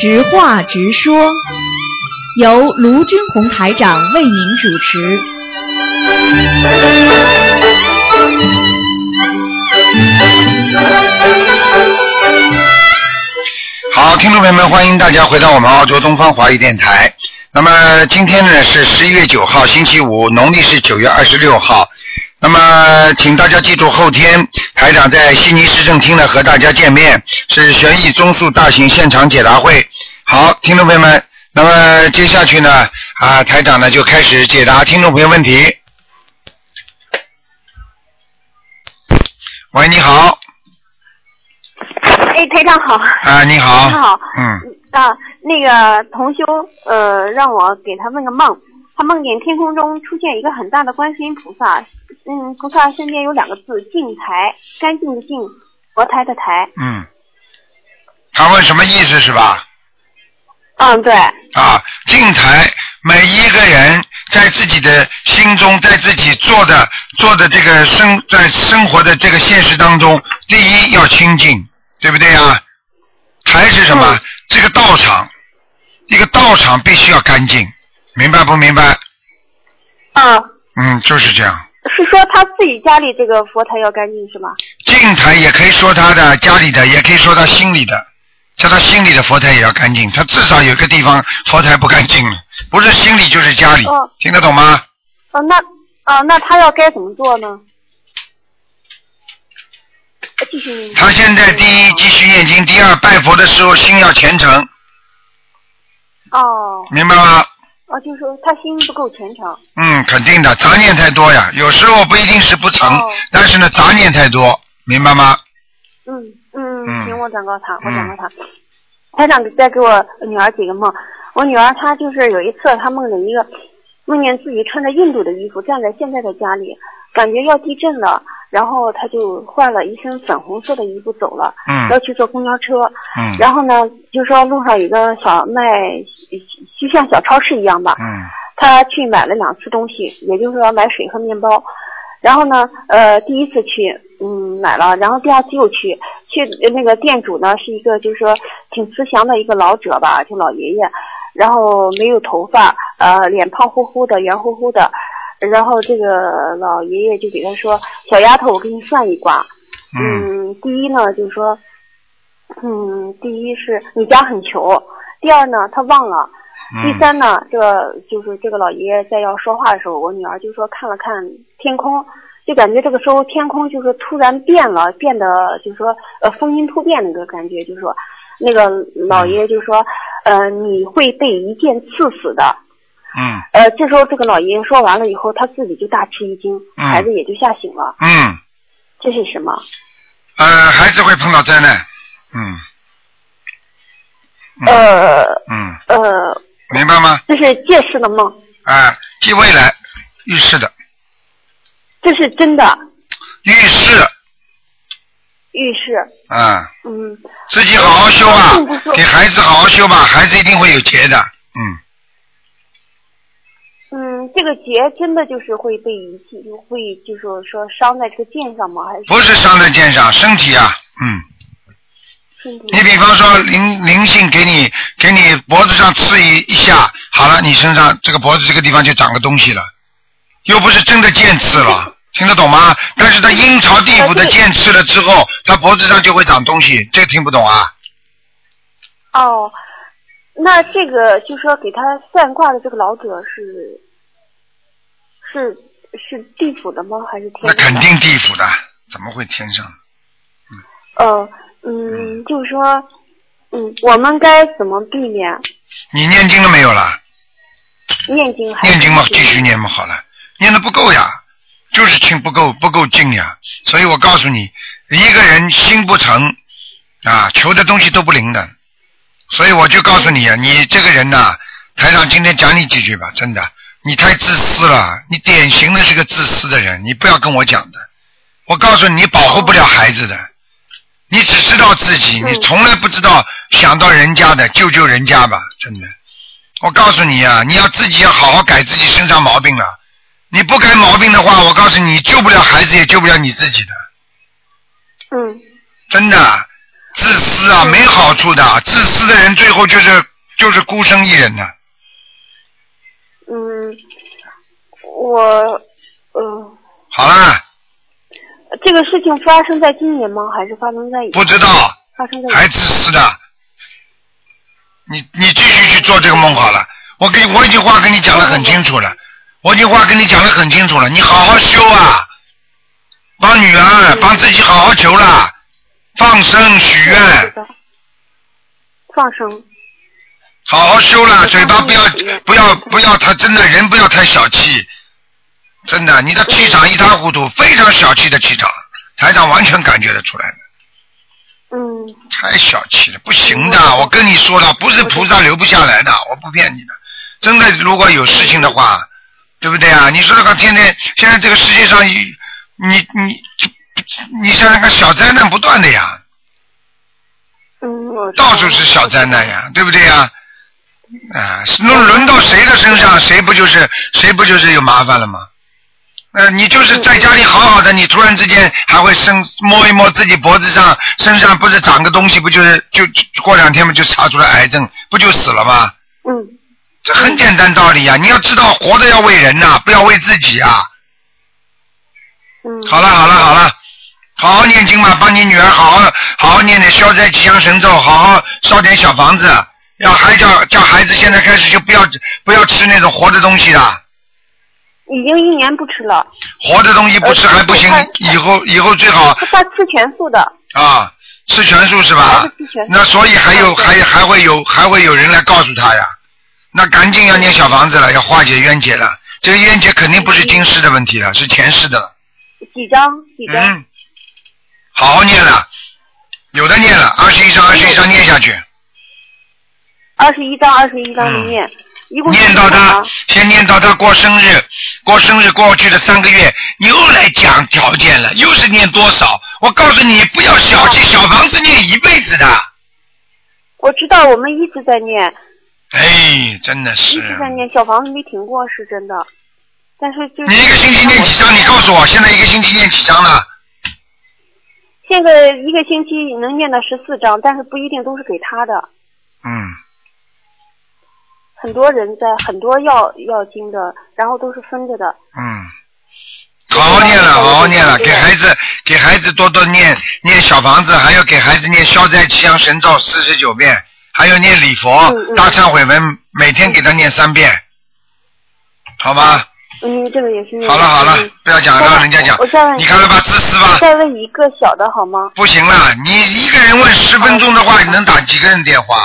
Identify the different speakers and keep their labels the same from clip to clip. Speaker 1: 直话直说，由卢军红台长为您主持。
Speaker 2: 好，听众朋友们，欢迎大家回到我们澳洲东方华语电台。那么今天呢是十一月九号，星期五，农历是九月二十六号。那么，请大家记住，后天台长在悉尼市政厅呢和大家见面，是悬疑综述大型现场解答会。好，听众朋友们，那么接下去呢，啊，台长呢就开始解答听众朋友问题。喂，你好，
Speaker 3: 哎，台长好。
Speaker 2: 啊，你好，
Speaker 3: 你好
Speaker 2: 嗯，
Speaker 3: 啊，那个同修，呃，让我给他问个梦，他梦见天空中出现一个很大的观世音菩萨，嗯，菩萨身边有两个字“净台”，干净的净，佛台的台。
Speaker 2: 嗯，他问什么意思是吧？
Speaker 3: 嗯，对，
Speaker 2: 啊，净台，每一个人在自己的心中，在自己做的做的这个生在生活的这个现实当中，第一要清净，对不对啊？台是什么？
Speaker 3: 嗯
Speaker 2: 这个道场，一个道场必须要干净，明白不明白？
Speaker 3: 啊，
Speaker 2: 嗯，就是这样。
Speaker 3: 是说他自己家里这个佛台要干净是吗？
Speaker 2: 净台也可以说他的家里的，也可以说他心里的，叫他心里的佛台也要干净，他至少有一个地方佛台不干净了，不是心里就是家里，
Speaker 3: 哦
Speaker 2: 听得懂吗？
Speaker 3: 哦、那啊、那他要该怎么做呢？呃继续。
Speaker 2: 他现在第一继续念经，第二拜佛的时候心要虔诚，
Speaker 3: 哦
Speaker 2: 明白吗？
Speaker 3: 哦，就是说他心不够虔诚。
Speaker 2: 嗯，肯定的，杂念太多呀，有时候不一定是不成，
Speaker 3: 哦
Speaker 2: 但是呢，杂念太多，明白吗？
Speaker 3: 嗯嗯，
Speaker 2: 嗯
Speaker 3: 行，我转告他，我转告他。台长再给我女儿几个梦，我女儿她就是有一次她梦见一个，梦见自己穿着印度的衣服站在现在的家里，感觉要地震了，然后她就换了一身粉红色的衣服走了，要
Speaker 2: 嗯
Speaker 3: 去坐公交车，
Speaker 2: 嗯
Speaker 3: 然后呢就说路上有个小卖，就像小超市一样吧，
Speaker 2: 嗯
Speaker 3: 他去买了两次东西，也就是说买水和面包。然后呢，呃，第一次去，嗯，买了，然后第二次又去，去呃那个店主呢是一个就是说挺慈祥的一个老者吧，就老爷爷，然后没有头发，呃，脸胖乎乎的，圆乎乎的，然后这个老爷爷就给他说，小丫头，我给你算一卦，
Speaker 2: 嗯
Speaker 3: 嗯，第一呢，就是说，嗯，第一是你家很穷，第二呢，他忘了，第
Speaker 2: 嗯
Speaker 3: 三呢，这个就是这个老爷爷在要说话的时候，我女儿就说看了看天空，就感觉这个时候天空就是呃突然变了，变得就是说呃风云突变那个感觉，就是说那个老爷爷就说，呃你会被一剑刺死的。
Speaker 2: 嗯
Speaker 3: 呃，这时候这个老爷爷说完了以后，他自己就大吃一惊，
Speaker 2: 嗯
Speaker 3: 孩子也就吓醒了。
Speaker 2: 嗯，
Speaker 3: 这是什么？
Speaker 2: 呃，孩子会碰到灾难，嗯嗯
Speaker 3: 呃
Speaker 2: 嗯，
Speaker 3: 呃，
Speaker 2: 明白吗？
Speaker 3: 这是借尸的梦，
Speaker 2: 啊、即未来预示的
Speaker 3: 这是真的
Speaker 2: 预示
Speaker 3: 预示。
Speaker 2: 啊、
Speaker 3: 嗯，
Speaker 2: 自己好好修吧
Speaker 3: 并不是，
Speaker 2: 给孩子好好修吧，孩子一定会有结的，嗯。
Speaker 3: 嗯，这个结真的就是会被遗弃，就会就是说伤在这个剑上吗？还是
Speaker 2: 不是伤在肩上，身体啊，嗯。
Speaker 3: 身体？
Speaker 2: 你比方说灵灵性给你给你脖子上刺一一下，好了，你身上这个脖子这个地方就长个东西了，又不是真的剑刺了，听得懂吗？但是他阴曹地府的剑刺了之后，他脖子上就会长东西，这个听不懂啊？
Speaker 3: 哦，那这个就是说给他算卦的这个老者是是是地府的吗？还是天？
Speaker 2: 那肯。定地府的，怎么会天上？
Speaker 3: 呃，嗯，就是说，嗯，我们该怎么避免
Speaker 2: 你念经了没有啦？
Speaker 3: 念经还是？
Speaker 2: 念经嘛，继续。念嘛，好了，念的不够呀，就是心不够不够静呀。所以我告诉你，一个人心不诚啊，求的东西都不灵的。所以我就告诉你呀、你这个人呐、台长今天讲你几句吧，真的，你太自私了，你典型的是个自私的人，你不要跟我讲的。我告诉你，你保护不
Speaker 3: 哦
Speaker 2: 了孩子的，你只知道自己，
Speaker 3: 嗯
Speaker 2: 你从来不知道想到人家的，救救人家吧，真的。我告诉你啊，你要自己要好好改自己身上毛病了。你不改毛病的话，我告诉你，救不了孩子，也救不了你自己的，
Speaker 3: 嗯
Speaker 2: 真的。自私啊，没好处的。自私的人最后就是就是孤身一人呐、
Speaker 3: 嗯，我，嗯、
Speaker 2: 好啦，
Speaker 3: 这个事情发生在今年吗？还是发生在以前
Speaker 2: 不知道，
Speaker 3: 发生在以
Speaker 2: 还自私的。你你继续去做这个梦好了。我给我已经话跟你讲得很清楚了，我已经话跟你讲得很清楚了。你好好修啊，帮女儿，帮自己好好求啦，放生许
Speaker 3: 前不
Speaker 2: 愿
Speaker 3: 知，道放生。
Speaker 2: 好好修啦，嘴巴不要不要不要太真的人不要太小气，真的，你的气场一塌糊涂，非常小气的气场，台长完全感觉得出来的，
Speaker 3: 嗯，
Speaker 2: 太小气了，不行的，我跟你说了，不是菩萨留不下来的，我不骗你的，真的，如果有事情的话，对不对啊？你说那个天天现在这个世界上，你你你你像那个小灾难不断的呀，
Speaker 3: 嗯，我知道
Speaker 2: 到处是小灾难。呀，对不对呀？啊，是那轮到谁的身上，谁不就是谁不就是有麻烦了吗？呃，你就是在家里好好的，你突然之间还会生摸一摸自己脖子上、身上，不是长个东西，不就是就就过两天嘛就查出来癌症，不就死了吗？
Speaker 3: 嗯
Speaker 2: 这很简单道理呀、你要知道活着要为人呐、不要为自己啊。
Speaker 3: 嗯。
Speaker 2: 好了好了好了，好好念经嘛，帮你女儿好好好好念点消灾吉祥神咒，好好烧点小房子，要还叫叫孩子现在开始就不要不要吃那种活的东西了，
Speaker 3: 已经一年不吃了，
Speaker 2: 活的东西不吃
Speaker 3: 呃
Speaker 2: 还不行
Speaker 3: 我看，
Speaker 2: 以后以后最好
Speaker 3: 他吃全素的，
Speaker 2: 啊吃全素是吧
Speaker 3: 还是吃全素？
Speaker 2: 那所以还有
Speaker 3: 呃对
Speaker 2: 还还会有还会有人来告诉他呀，那赶紧要念小房子了，要化解冤结了，这个冤结肯定不是今世的问题了，是前世的了。
Speaker 3: 几张几张？
Speaker 2: 嗯，好好念了，有的念了，二十一章，二十一章念下去，
Speaker 3: 二十一张，二十一张的
Speaker 2: 嗯
Speaker 3: 念，一共
Speaker 2: 念
Speaker 3: 几
Speaker 2: 到
Speaker 3: 张
Speaker 2: 他
Speaker 3: 啊
Speaker 2: 先念到他过生日，过生日过去的三个月，又来讲条件了，又是念多少？我告诉你，不要小气，小房子念一辈子的。
Speaker 3: 我知道，我们一直在念，
Speaker 2: 哎，真的
Speaker 3: 一
Speaker 2: 是。
Speaker 3: 直在念，小房子没停过，是真的。但是就是
Speaker 2: 你一个星期念几章？你告诉我，现在一个星期念几章了？
Speaker 3: 现在一个星期能念到十四章，但是不一定都是给他的。
Speaker 2: 嗯，
Speaker 3: 很多人在很多要要经的，然后都是分着的。
Speaker 2: 嗯，好好念了，好好念了，给孩子给孩子多多念念小房子，还要给孩子念消灾吉祥神咒四十九遍，还有念礼佛、
Speaker 3: 嗯嗯
Speaker 2: 大忏悔文，每天给他念三遍，好吧？
Speaker 3: 嗯，这个也是念的。
Speaker 2: 好了好了
Speaker 3: 嗯，
Speaker 2: 不要讲，
Speaker 3: 再
Speaker 2: 让人家讲
Speaker 3: 我再问，
Speaker 2: 你看了吧，自私吧，
Speaker 3: 再问一个小的好吗？
Speaker 2: 不行了，你一个人问十分钟的
Speaker 3: 好
Speaker 2: 话，
Speaker 3: 的
Speaker 2: 你能打几个人电话？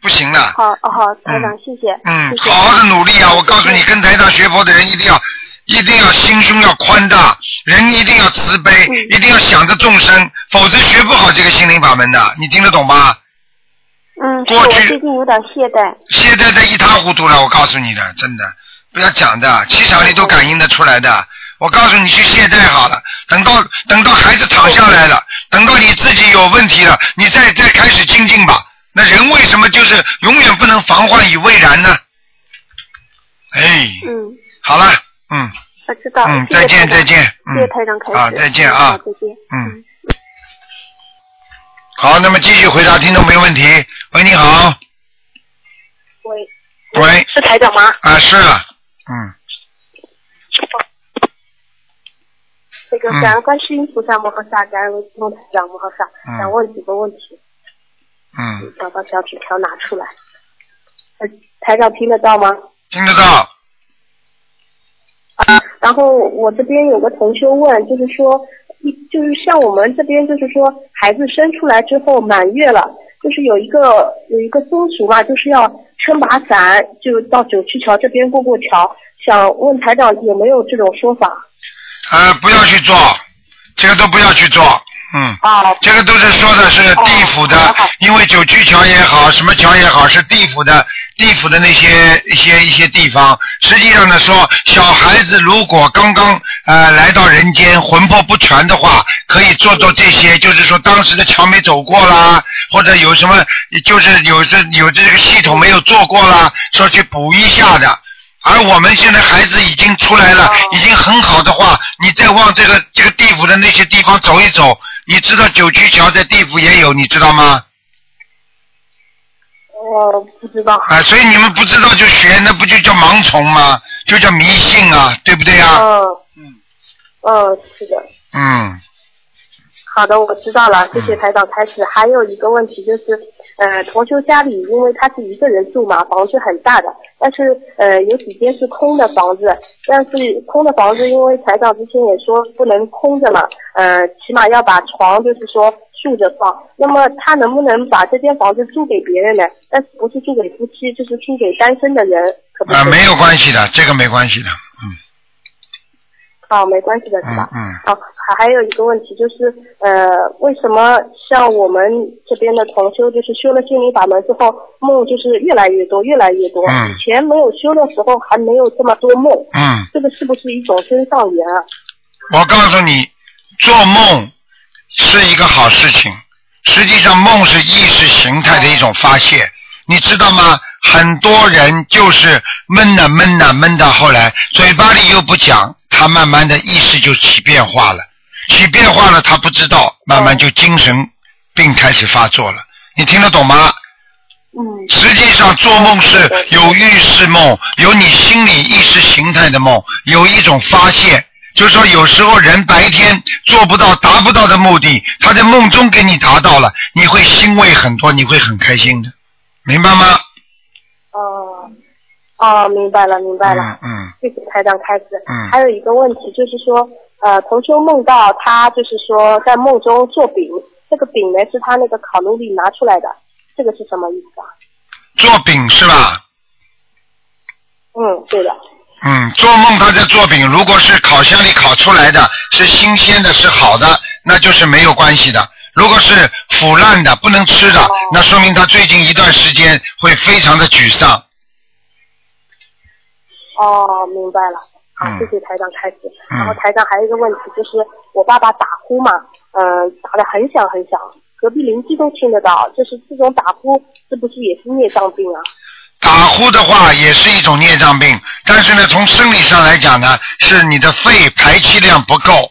Speaker 2: 不行了，
Speaker 3: 好，哦好，台长，
Speaker 2: 嗯
Speaker 3: 谢谢。
Speaker 2: 嗯
Speaker 3: 谢，谢
Speaker 2: 好好的努力啊！我告诉你，跟台上学佛的人一定要，一定要心胸要宽大，人一定要慈悲，
Speaker 3: 嗯
Speaker 2: 一定要想着众生，否则学不好这个心灵法门的。你听得懂吗？
Speaker 3: 嗯，是
Speaker 2: 过
Speaker 3: 我
Speaker 2: 去
Speaker 3: 最近有点懈怠。
Speaker 2: 现在的一塌糊涂了，我告诉你的，真的，不要讲的，气场里都感应得出来的。我告诉你，去懈怠好了，等到等到孩子躺下来了，等到你自己有问题了，你再再开始精进吧。那人为什么就是永远不能防患于未然呢？哎，
Speaker 3: 嗯，
Speaker 2: 好了，嗯
Speaker 3: 我知道。
Speaker 2: 嗯，
Speaker 3: 谢谢
Speaker 2: 再
Speaker 3: 台长
Speaker 2: 见再见，
Speaker 3: 谢谢
Speaker 2: 嗯，
Speaker 3: 台长开始。
Speaker 2: 啊再见啊
Speaker 3: 好再见。
Speaker 2: 嗯。好，那么继续回答听众朋友问题。喂，你
Speaker 3: 嗯
Speaker 2: 好，
Speaker 4: 喂，
Speaker 2: 喂，
Speaker 4: 是台长吗？
Speaker 2: 啊是，嗯，
Speaker 4: 那个
Speaker 2: 嗯
Speaker 4: 感恩观世音菩萨摩诃萨，感恩龙台长摩诃萨
Speaker 2: 嗯，
Speaker 4: 想问几个问题，
Speaker 2: 嗯，
Speaker 4: 找到小纸条拿出来。呃台长听得到吗？
Speaker 2: 听得到，
Speaker 4: 啊，然后我这边有个同学问，就是说，一就是像我们这边，就是说孩子生出来之后满月了，就是有一个有一个风俗嘛，就是要撑把伞，就到九曲桥这边过过桥。想问台长有没有这种说法？
Speaker 2: 啊，不要去做，这个都不要去做，嗯，
Speaker 4: 啊，
Speaker 2: 这个都是说的是地府的，
Speaker 4: 哦好好
Speaker 2: 因为九曲桥也好，什么桥也好，是地府的地府的那些一些一些地方。实际上呢，说小孩子如果刚刚呃来到人间，魂魄不全的话，可以做做这些，就是说当时的桥没走过啦，或者有什么就是有这有这个系统没有做过啦，说去补一下的。而我们现在孩子已经出来了
Speaker 3: 哦，
Speaker 2: 已经很好的话，你再往这个这个地府的那些地方走一走，你知道九曲桥在地府也有，你知道吗？
Speaker 4: 哦
Speaker 3: 我不知道。
Speaker 2: 啊，所以你们不知道就学，那不就叫盲从吗？就叫迷信啊，对不对啊？
Speaker 3: 嗯嗯，是的。
Speaker 2: 嗯，
Speaker 3: 好的，我知道了，谢谢台长开始。还有一个问题就是，呃，同修家里因为他是一个人住嘛，房子很大的，但是呃有几间是空的房子，但是空的房子因为台长之前也说不能空着嘛，呃，起码要把床就是说竖着放。那么他能不能把这间房子租给别人呢？但是不是租给夫妻，就是租给单身的人，可不可以
Speaker 2: 啊，没有关系的，这个没关系的，嗯
Speaker 3: 哦，没关系的是吧？
Speaker 2: 嗯嗯。
Speaker 3: 哦，还还有一个问题就是，呃，为什么像我们这边的同修，就是修了心灵法门之后，梦就是越来越多，越来越多。
Speaker 2: 嗯
Speaker 3: 以前没有修的时候还没有这么多梦，
Speaker 2: 嗯，
Speaker 3: 这个是不是一种真上缘啊？
Speaker 2: 我告诉你，做梦是一个好事情。实际上，梦是意识形态的一种发泄，你知道吗？很多人就是闷呐闷呐闷到后来，嘴巴里又不讲，他慢慢的意识就起变化了，起变化了，他不知道，慢慢就精神病开始发作了。你听得懂吗？
Speaker 3: 嗯，
Speaker 2: 实际上做梦是有预示梦，有你心理意识形态的梦，有一种发泄。就是说，有时候人白天做不到、达不到的目的，他在梦中给你达到了，你会欣慰很多，你会很开心的，明白吗？
Speaker 3: 哦、哦，明白了，明白了。
Speaker 2: 嗯嗯
Speaker 3: 谢谢台长开始。
Speaker 2: 嗯
Speaker 3: 还有一个问题就是说，呃，同修梦到他就是说在梦中做饼，这个饼呢是他那个烤炉里拿出来的，这个是什么意思啊？
Speaker 2: 做饼是吧？
Speaker 3: 嗯，对的。
Speaker 2: 嗯，做梦他在做饼，如果是烤箱里烤出来的，是新鲜的，是好的，那就是没有关系的。如果是腐烂的、不能吃的，那说明他最近一段时间会非常的沮丧。
Speaker 3: 哦，明白了。好，
Speaker 2: 嗯
Speaker 3: 谢谢台长开始。
Speaker 2: 嗯
Speaker 3: 然后台长还有一个问题，就是我爸爸打呼嘛，嗯、打得很响很响，隔壁邻居都听得到。就是这种打呼，是不是也是孽障病啊？
Speaker 2: 打呼的话也是一种孽障病，但是呢，从生理上来讲呢，是你的肺排气量不够，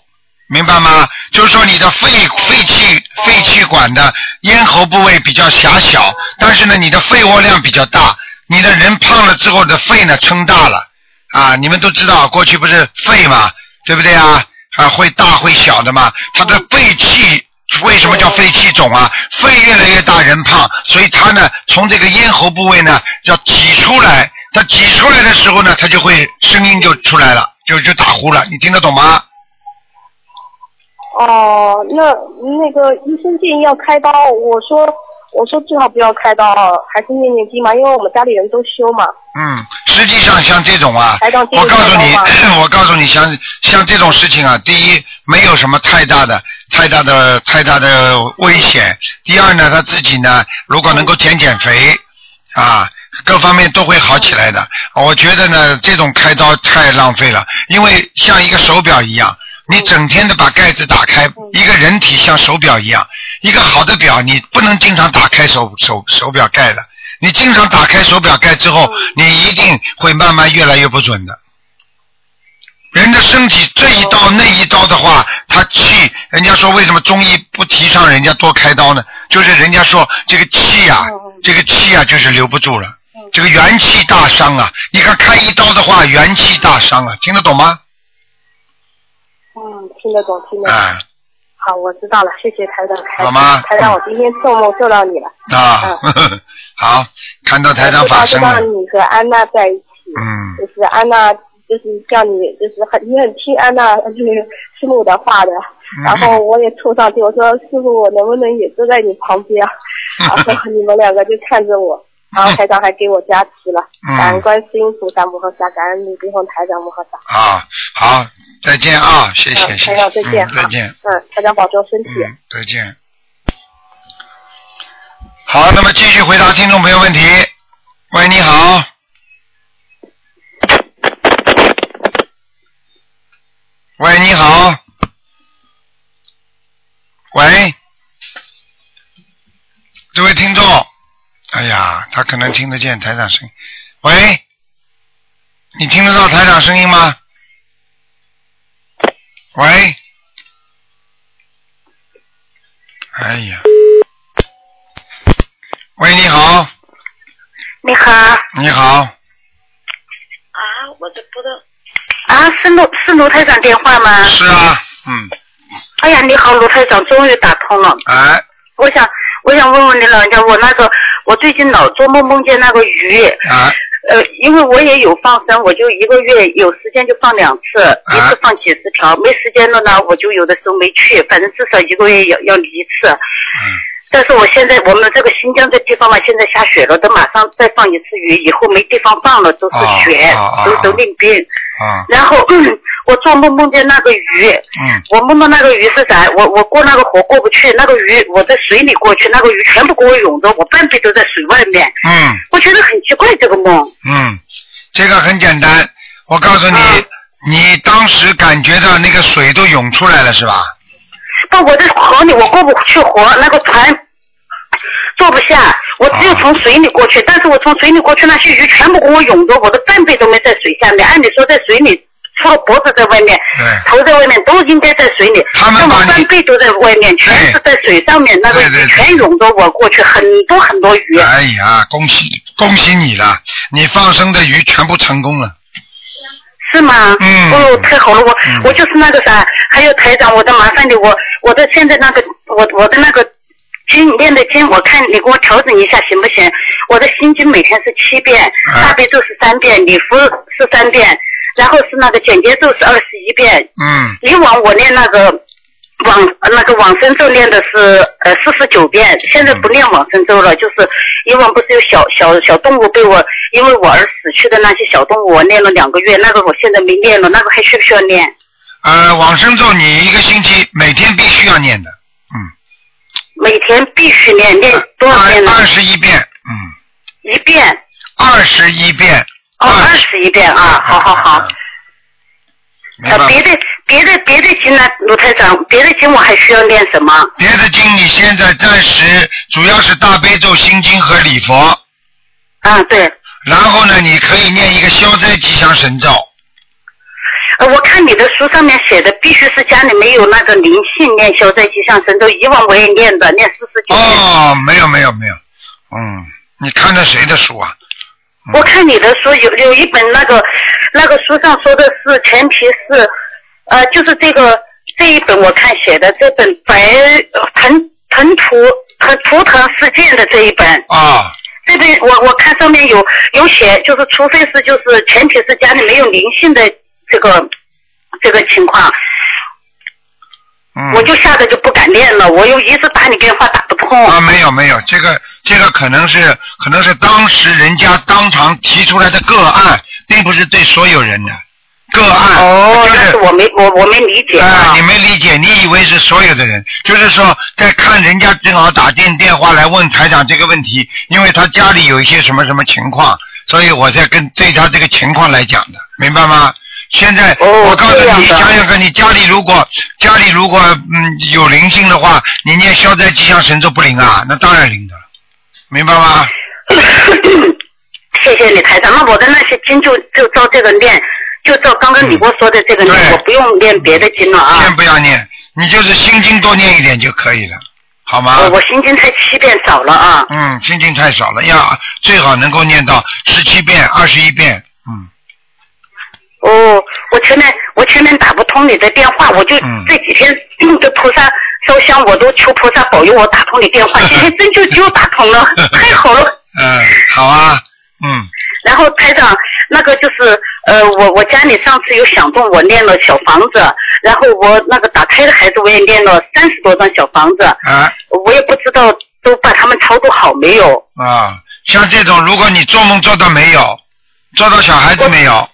Speaker 2: 明白吗？就是说你的肺肺气肺气管的咽喉部位比较狭小，但是呢，你的肺活量比较大，你的人胖了之后你的肺呢撑大了啊，你们都知道过去不是肺嘛，对不对啊？啊，会大会小的嘛，它的肺气为什么叫肺气肿啊？肺越来越大，人胖，所以它呢，从这个咽喉部位呢要挤出来。它挤出来的时候呢，它就会声音就出来了，就就打呼了。你听得懂吗？
Speaker 3: 哦，那那个医生建议要开刀，我说我说最好不要开刀，还是念念经嘛，因为我们家里人都修嘛。
Speaker 2: 嗯，实际上像这种啊
Speaker 3: 台长，
Speaker 2: 我告诉
Speaker 3: 听得懂
Speaker 2: 你， 我告诉你，像像这种事情啊，第一没有什么太大的、太大的、太大的危险。第二呢，他自己呢，如果能够减减肥，啊，各方面都会好起来的。我觉得呢，这种开刀太浪费了，因为像一个手表一样，你整天的把盖子打开，一个人体像手表一样，一个好的表你不能经常打开手手手表盖的。你经常打开手表盖之
Speaker 3: 嗯
Speaker 2: 后，你一定会慢慢越来越不准的。人的身体这一刀那一刀的话，他气，人家说为什么中医不提倡人家多开刀呢？就是人家说这个气呀、
Speaker 3: 嗯
Speaker 2: 这个气呀、就是留不住了，这个元气大伤啊！你看开一刀的话，元气大伤啊，听得懂吗？
Speaker 3: 嗯，听得懂，听得懂。
Speaker 2: 哎、
Speaker 3: 好，我知道了，谢谢台长开始。
Speaker 2: 好吗嗯
Speaker 3: 台长，我今天做梦做到你了，
Speaker 2: 啊， 呵呵好，看到台长法身
Speaker 3: 我嗯
Speaker 2: 了
Speaker 3: 知道，你和安娜在一起。
Speaker 2: 嗯，
Speaker 3: 就是安娜，就是叫你，就是很你很听安娜就是师傅的话的。
Speaker 2: 嗯
Speaker 3: 然后我也凑上去，我说师傅，我能不能也坐在你旁边啊？然后你们两个就看着我，然后台长还给我加持了，
Speaker 2: 嗯
Speaker 3: 感恩观世音菩萨摩诃萨，感恩你地方台长摩诃萨。
Speaker 2: 啊，好，再见啊，谢谢，
Speaker 3: 嗯，
Speaker 2: 谢
Speaker 3: 台
Speaker 2: 谢，
Speaker 3: 长再见
Speaker 2: 嗯，
Speaker 3: 哈
Speaker 2: 再见。
Speaker 3: 嗯，台长保重身体。
Speaker 2: 嗯，再见。好，那么继续回答听众朋友问题。喂，你好。喂，你好。喂，这位听众，哎呀，他可能听得见台长声音。喂，你听得到台长声音吗？喂，哎呀，喂，你好，
Speaker 5: 你好
Speaker 2: 你好，
Speaker 5: 啊，我这不知啊，是卢是卢台长电话吗？
Speaker 2: 是啊，嗯，
Speaker 5: 哎呀，你好，卢台长，终于打通了。
Speaker 2: 哎，
Speaker 5: 我想，我想问问你老人家，我那个，我最近老做梦梦见那个鱼，
Speaker 2: 哎，
Speaker 5: 呃，因为我也有放生，我就一个月有时间就放两次，一
Speaker 2: 啊
Speaker 5: 次放几十条，没时间了呢，我就有的时候没去，反正至少一个月要要一次。
Speaker 2: 嗯
Speaker 5: 但是我现在我们这个新疆这地方嘛，现在下雪了，都马上再放一次鱼，以后没地方放了，都是
Speaker 2: 哦
Speaker 5: 雪，
Speaker 2: 哦哦
Speaker 5: 都都淋冰。
Speaker 2: 啊，
Speaker 5: 然后 我做梦梦见那个鱼，
Speaker 2: 嗯，
Speaker 5: 我梦到那个鱼是啥？我我过那个河过不去，那个鱼我在水里过去，那个鱼全部给我涌着，我半壁都在水外面。
Speaker 2: 嗯，
Speaker 5: 我觉得很奇怪这个梦。
Speaker 2: 嗯，这个很简单，我告诉你，
Speaker 5: 嗯
Speaker 2: 你当时感觉到那个水都涌出来了是吧？
Speaker 5: 但我在河里我过不去河，那个船坐不下，我只有从水里过去。但是我从水里过去，那些鱼全部给我涌着，我的半壁都没在水下面。按理说在水里，除了脖子在外面，
Speaker 2: 对，
Speaker 5: 头在外面都应该在水里，
Speaker 2: 他们
Speaker 5: 但
Speaker 2: 把
Speaker 5: 我
Speaker 2: 你哎
Speaker 5: 半辈都在外面，全是在水上面，那个
Speaker 2: 对对
Speaker 5: 鱼
Speaker 2: 对
Speaker 5: 全涌着我过去，很多很多鱼。
Speaker 2: 哎呀，恭喜恭喜你了，你放生的鱼全部成功了。
Speaker 5: 是吗？
Speaker 2: 嗯
Speaker 5: 哦，太好了，我、
Speaker 2: 嗯
Speaker 5: 我就是那个啥，还有台长，我的麻烦你，我我的现在那个我我的那个经练的经，我看你给我调整一下行不行？我的心经每天是七遍，
Speaker 2: 啊
Speaker 5: 大悲咒是三遍，礼佛是三遍，然后是那个简洁咒是二十一遍，
Speaker 2: 嗯，
Speaker 5: 以往我念那个往那个往生咒念的是呃四十九遍，现在不念往生咒
Speaker 2: 嗯
Speaker 5: 了，就是以往不是有小小小动物被我因为我而死去的那些小动物，我念了两个月，那个我现在没念了，那个还需不需要念？
Speaker 2: 呃，往生咒你一个星期每天必须要念的，嗯
Speaker 5: 每天必须念，念多少遍
Speaker 2: 二
Speaker 5: 呢？
Speaker 2: 二十一遍，嗯，
Speaker 5: 一遍
Speaker 2: 二十一遍，
Speaker 5: 哦，
Speaker 2: 二
Speaker 5: 二十一遍啊，好好好。
Speaker 2: 嗯，明白
Speaker 5: 呃，
Speaker 2: 吗
Speaker 5: 别的别的别的经呢，卢台长，别的经我还需要念什么？
Speaker 2: 别的经你现在暂时主要是大悲咒、心经和礼佛，
Speaker 5: 啊，对。
Speaker 2: 然后呢，你可以念一个消灾吉祥神咒，
Speaker 5: 呃，我看你的书上面写的，必须是家里没有那个灵性念消灾吉祥神咒。以往我也念的，念四十九遍。
Speaker 2: 哦，没有没有没有，嗯，你看的谁的书啊？
Speaker 5: 我看你的书有有一本那个那个书上说的是前提是，呃，就是这个这一本我看写的这本白呃腾腾图腾图腾事件的这一本，
Speaker 2: 啊，
Speaker 5: 这边我我看上面有有写，就是除非是就是前提是家里没有灵性的这个这个情况，
Speaker 2: 嗯，
Speaker 5: 我就吓得就不敢练了，我又一直打你电话打不通。
Speaker 2: 啊，没有没有，这个这个可能是可能是当时人家当场提出来的个案，并不是对所有人的个案，
Speaker 5: 哦，
Speaker 2: 就
Speaker 5: 但是
Speaker 2: 是。
Speaker 5: 我没我我没理解
Speaker 2: 哎
Speaker 5: 啊
Speaker 2: 你。没理解，你以为是所有的人，就是说在看人家正好打电电话来问台长这个问题，因为他家里有一些什么什么情况，所以我在跟对他这个情况来讲的，明白吗？现在、
Speaker 5: 哦
Speaker 2: 我告诉
Speaker 5: 这样
Speaker 2: 你，
Speaker 5: 的
Speaker 2: 想想看，你家里如果家里如果嗯有灵性的话，你念消灾吉祥神咒不灵啊？那当然灵的了，明白吗？
Speaker 5: 谢谢你台长，那我的那些经就就照这个练，就照刚刚你给我说的这个
Speaker 2: 嗯
Speaker 5: 练，
Speaker 2: 对
Speaker 5: 我不用练别的经了
Speaker 2: 先
Speaker 5: 啊。
Speaker 2: 不要念，你就是心经多念一点就可以了，好吗？
Speaker 5: 哦我我心经才七遍少了啊。
Speaker 2: 嗯，心经太少了，要最好能够念到十七遍、二十一遍。嗯，
Speaker 5: 哦，我前面我前面打不通你的电话，我就
Speaker 2: 嗯，
Speaker 5: 这几天嗯跟菩萨烧香，我都求菩萨保佑我打通你电话，今天真就就打通了 太好了。
Speaker 2: 嗯，好啊，嗯，
Speaker 5: 然后台长，那个就是呃，我我家里上次有响动，我练了小房子，然后我那个打胎的孩子我也练了三十多张小房子，
Speaker 2: 啊
Speaker 5: 我也不知道都把他们操作好没有。
Speaker 2: 啊，像这种，如果你做梦做到没有，做到小孩子没有，啊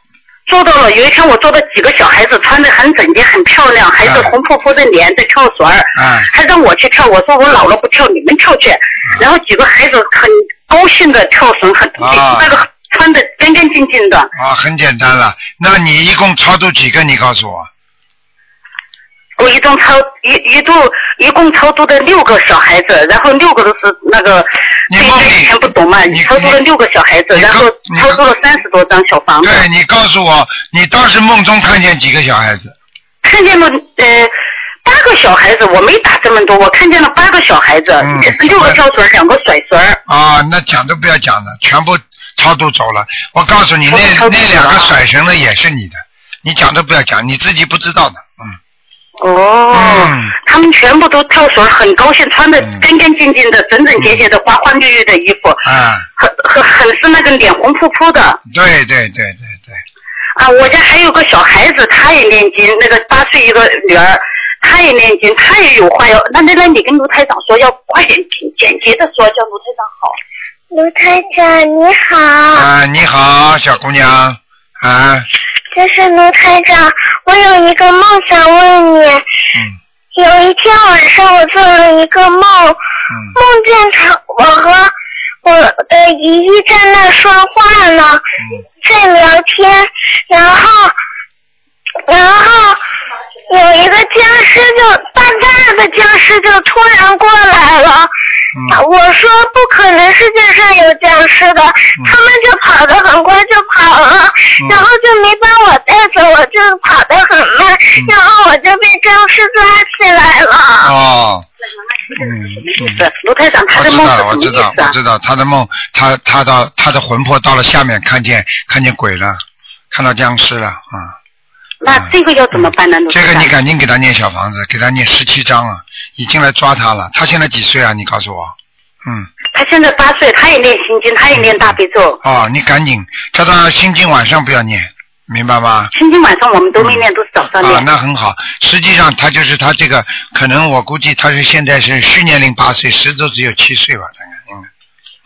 Speaker 5: 做到了，有一天我做到几个小孩子穿的很整洁、很漂亮，孩子
Speaker 2: 哎
Speaker 5: 红扑扑的脸在跳绳儿，
Speaker 2: 哎
Speaker 5: 还让我去跳，我说我老了不跳，你们跳去。然后几个孩子很高兴的跳绳，很、
Speaker 2: 啊
Speaker 5: 那个穿的干干净净的，
Speaker 2: 啊，很简单了。那你一共超度几个？你告诉我，
Speaker 5: 我一共超一一度一共超度的六个小孩子，然后六个都是那个，
Speaker 2: 你
Speaker 5: 对
Speaker 2: 梦里
Speaker 5: 对以前不懂嘛
Speaker 2: 你，
Speaker 5: 超度了六个小孩子，
Speaker 2: 你
Speaker 5: 然后
Speaker 2: 你
Speaker 5: 超度了三十多张小房子，
Speaker 2: 对你告诉我，你当时梦中看见几个小孩子？
Speaker 5: 看见了呃八个小孩子，我没打这么多，我看见了八个小孩子，
Speaker 2: 嗯
Speaker 5: 也是六个跳绳，两个甩绳儿，
Speaker 2: 啊，那讲都不要讲了，全部超度走了。我告诉你，那
Speaker 5: 全部超度走
Speaker 2: 那
Speaker 5: 了
Speaker 2: 两个甩绳的也是你的，你讲都不要讲，你自己不知道的，嗯。
Speaker 5: 哦，
Speaker 2: 嗯
Speaker 5: 他们全部都跳绳，很高兴，穿的
Speaker 2: 嗯
Speaker 5: 干干净净的、整整洁洁的、花花绿绿的衣服，
Speaker 2: 啊，
Speaker 5: 很很很是那个脸红扑扑的。
Speaker 2: 对对对对对，
Speaker 5: 啊，我家还有个小孩子，他也念经，那个八岁一个女儿，她也念经，她也有话要。那那那你跟卢台长说，要快点简简洁的说，叫卢台长好。
Speaker 6: 卢台长你好，
Speaker 2: 啊，你好，小姑娘，啊，
Speaker 6: 这是卢台长，我有一个梦想问你。
Speaker 2: 嗯
Speaker 6: 有一天晚上，我做了一个梦，
Speaker 2: 嗯
Speaker 6: 梦见他我和我的姨姨在那说话呢，
Speaker 2: 嗯，
Speaker 6: 在聊天，然后，然后有一个僵尸就大大的僵尸就突然过来了。
Speaker 2: 嗯
Speaker 6: 我说不可能世界上有僵尸的，他们就跑得很快就跑了，
Speaker 2: 嗯
Speaker 6: 然后就没把我带走，我就跑得很慢，
Speaker 2: 嗯
Speaker 6: 然后我就被僵尸抓起来了。
Speaker 2: 哦，嗯嗯。
Speaker 5: 是卢台长，他
Speaker 2: 我
Speaker 5: 的
Speaker 2: 知
Speaker 5: 梦
Speaker 2: 道，我
Speaker 5: 是
Speaker 2: 知
Speaker 5: 什么
Speaker 2: 道
Speaker 5: 意，思
Speaker 2: 我
Speaker 5: 啊？
Speaker 2: 知道，他的梦，他他到他的魂魄到了下面，看见看见鬼了，看到僵尸了啊、
Speaker 5: 那这个要怎么办呢？卢
Speaker 2: 这
Speaker 5: 台
Speaker 2: 个
Speaker 5: 长，
Speaker 2: 你赶紧给他念小房子，给他念十七章啊，已经来抓他了。他现在几岁啊？你告诉我。嗯，
Speaker 5: 他现在八岁，他也念心经，他也念大悲咒。
Speaker 2: 哦，你赶紧叫他心经晚上不要念，明白吗？
Speaker 5: 今天晚上我们都没念，都是早上
Speaker 2: 啊，
Speaker 5: 念。
Speaker 2: 那很好。实际上他就是他这个，可能我估计他是现在是虚年龄八岁，实则只有七岁吧，大概。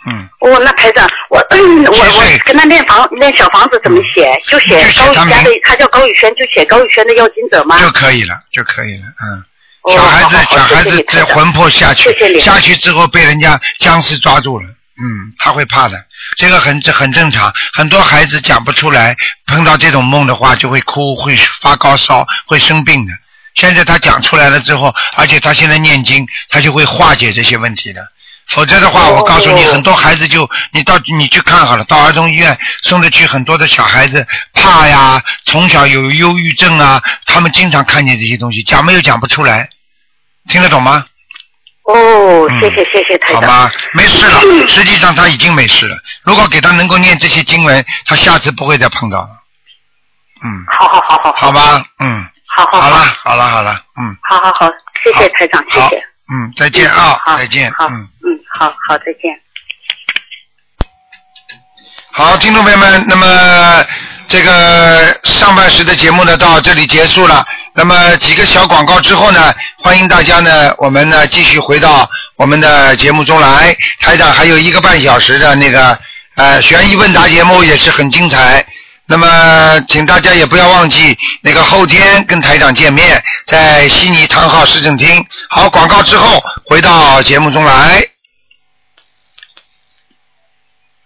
Speaker 2: 嗯，
Speaker 5: 哦，那台长，我 我
Speaker 2: 谢嗯谢
Speaker 5: 我跟他念房念小房子怎么写？就写
Speaker 2: 就写
Speaker 5: 高
Speaker 2: 他
Speaker 5: 宇家的
Speaker 2: 名，
Speaker 5: 他叫高宇轩，就写高宇轩的要经者吗
Speaker 2: 嗯，？就可以了，就可以了，嗯。
Speaker 5: 哦
Speaker 2: 小孩子
Speaker 5: 好好，好
Speaker 2: 小孩
Speaker 5: 谢谢
Speaker 2: 子
Speaker 5: 你
Speaker 2: 这
Speaker 5: 台长
Speaker 2: 魂魄下去
Speaker 5: 谢谢，你
Speaker 2: 下去之后被人家僵尸抓住了，嗯，他会怕的，这个很这很正常。很多孩子讲不出来，碰到这种梦的话就会哭，会发高烧，会生病的。现在他讲出来了之后，而且他现在念经，他就会化解这些问题的。否则的话，
Speaker 5: 哦
Speaker 2: 我告诉你，
Speaker 5: 哦
Speaker 2: 很多孩子就你到你去看好了，到儿童医院送的去很多的小孩子怕呀，从小有忧郁症啊，他们经常看见这些东西，讲没有讲不出来，听得懂吗？
Speaker 5: 哦，
Speaker 2: 嗯
Speaker 5: 谢谢谢谢台
Speaker 2: 好
Speaker 5: 长。
Speaker 2: 吧，没事了，
Speaker 5: 嗯
Speaker 2: 实际上他已经没事了。如果给他能够念这些经文，他下次不会再碰到了。嗯，
Speaker 5: 好好好好好，
Speaker 2: 好吧，嗯，
Speaker 5: 好
Speaker 2: 好
Speaker 5: 好好
Speaker 2: 了，好了，好了，嗯
Speaker 5: 好好好，谢谢台长，谢
Speaker 2: 好
Speaker 5: 谢。
Speaker 2: 嗯，再见
Speaker 5: 嗯
Speaker 2: 啊，
Speaker 5: 好
Speaker 2: 再见，
Speaker 5: 好，
Speaker 2: 嗯。
Speaker 5: 嗯，好好，再见。
Speaker 2: 好，听众朋友们，那么这个上半时的节目呢到这里结束了。那么几个小广告之后呢，欢迎大家呢，我们呢继续回到我们的节目中来。台长还有一个半小时的那个呃悬疑问答节目也是很精彩。那么，请大家也不要忘记那个后天跟台长见面，在悉尼唐浩市政厅。好，广告之后回到节目中来。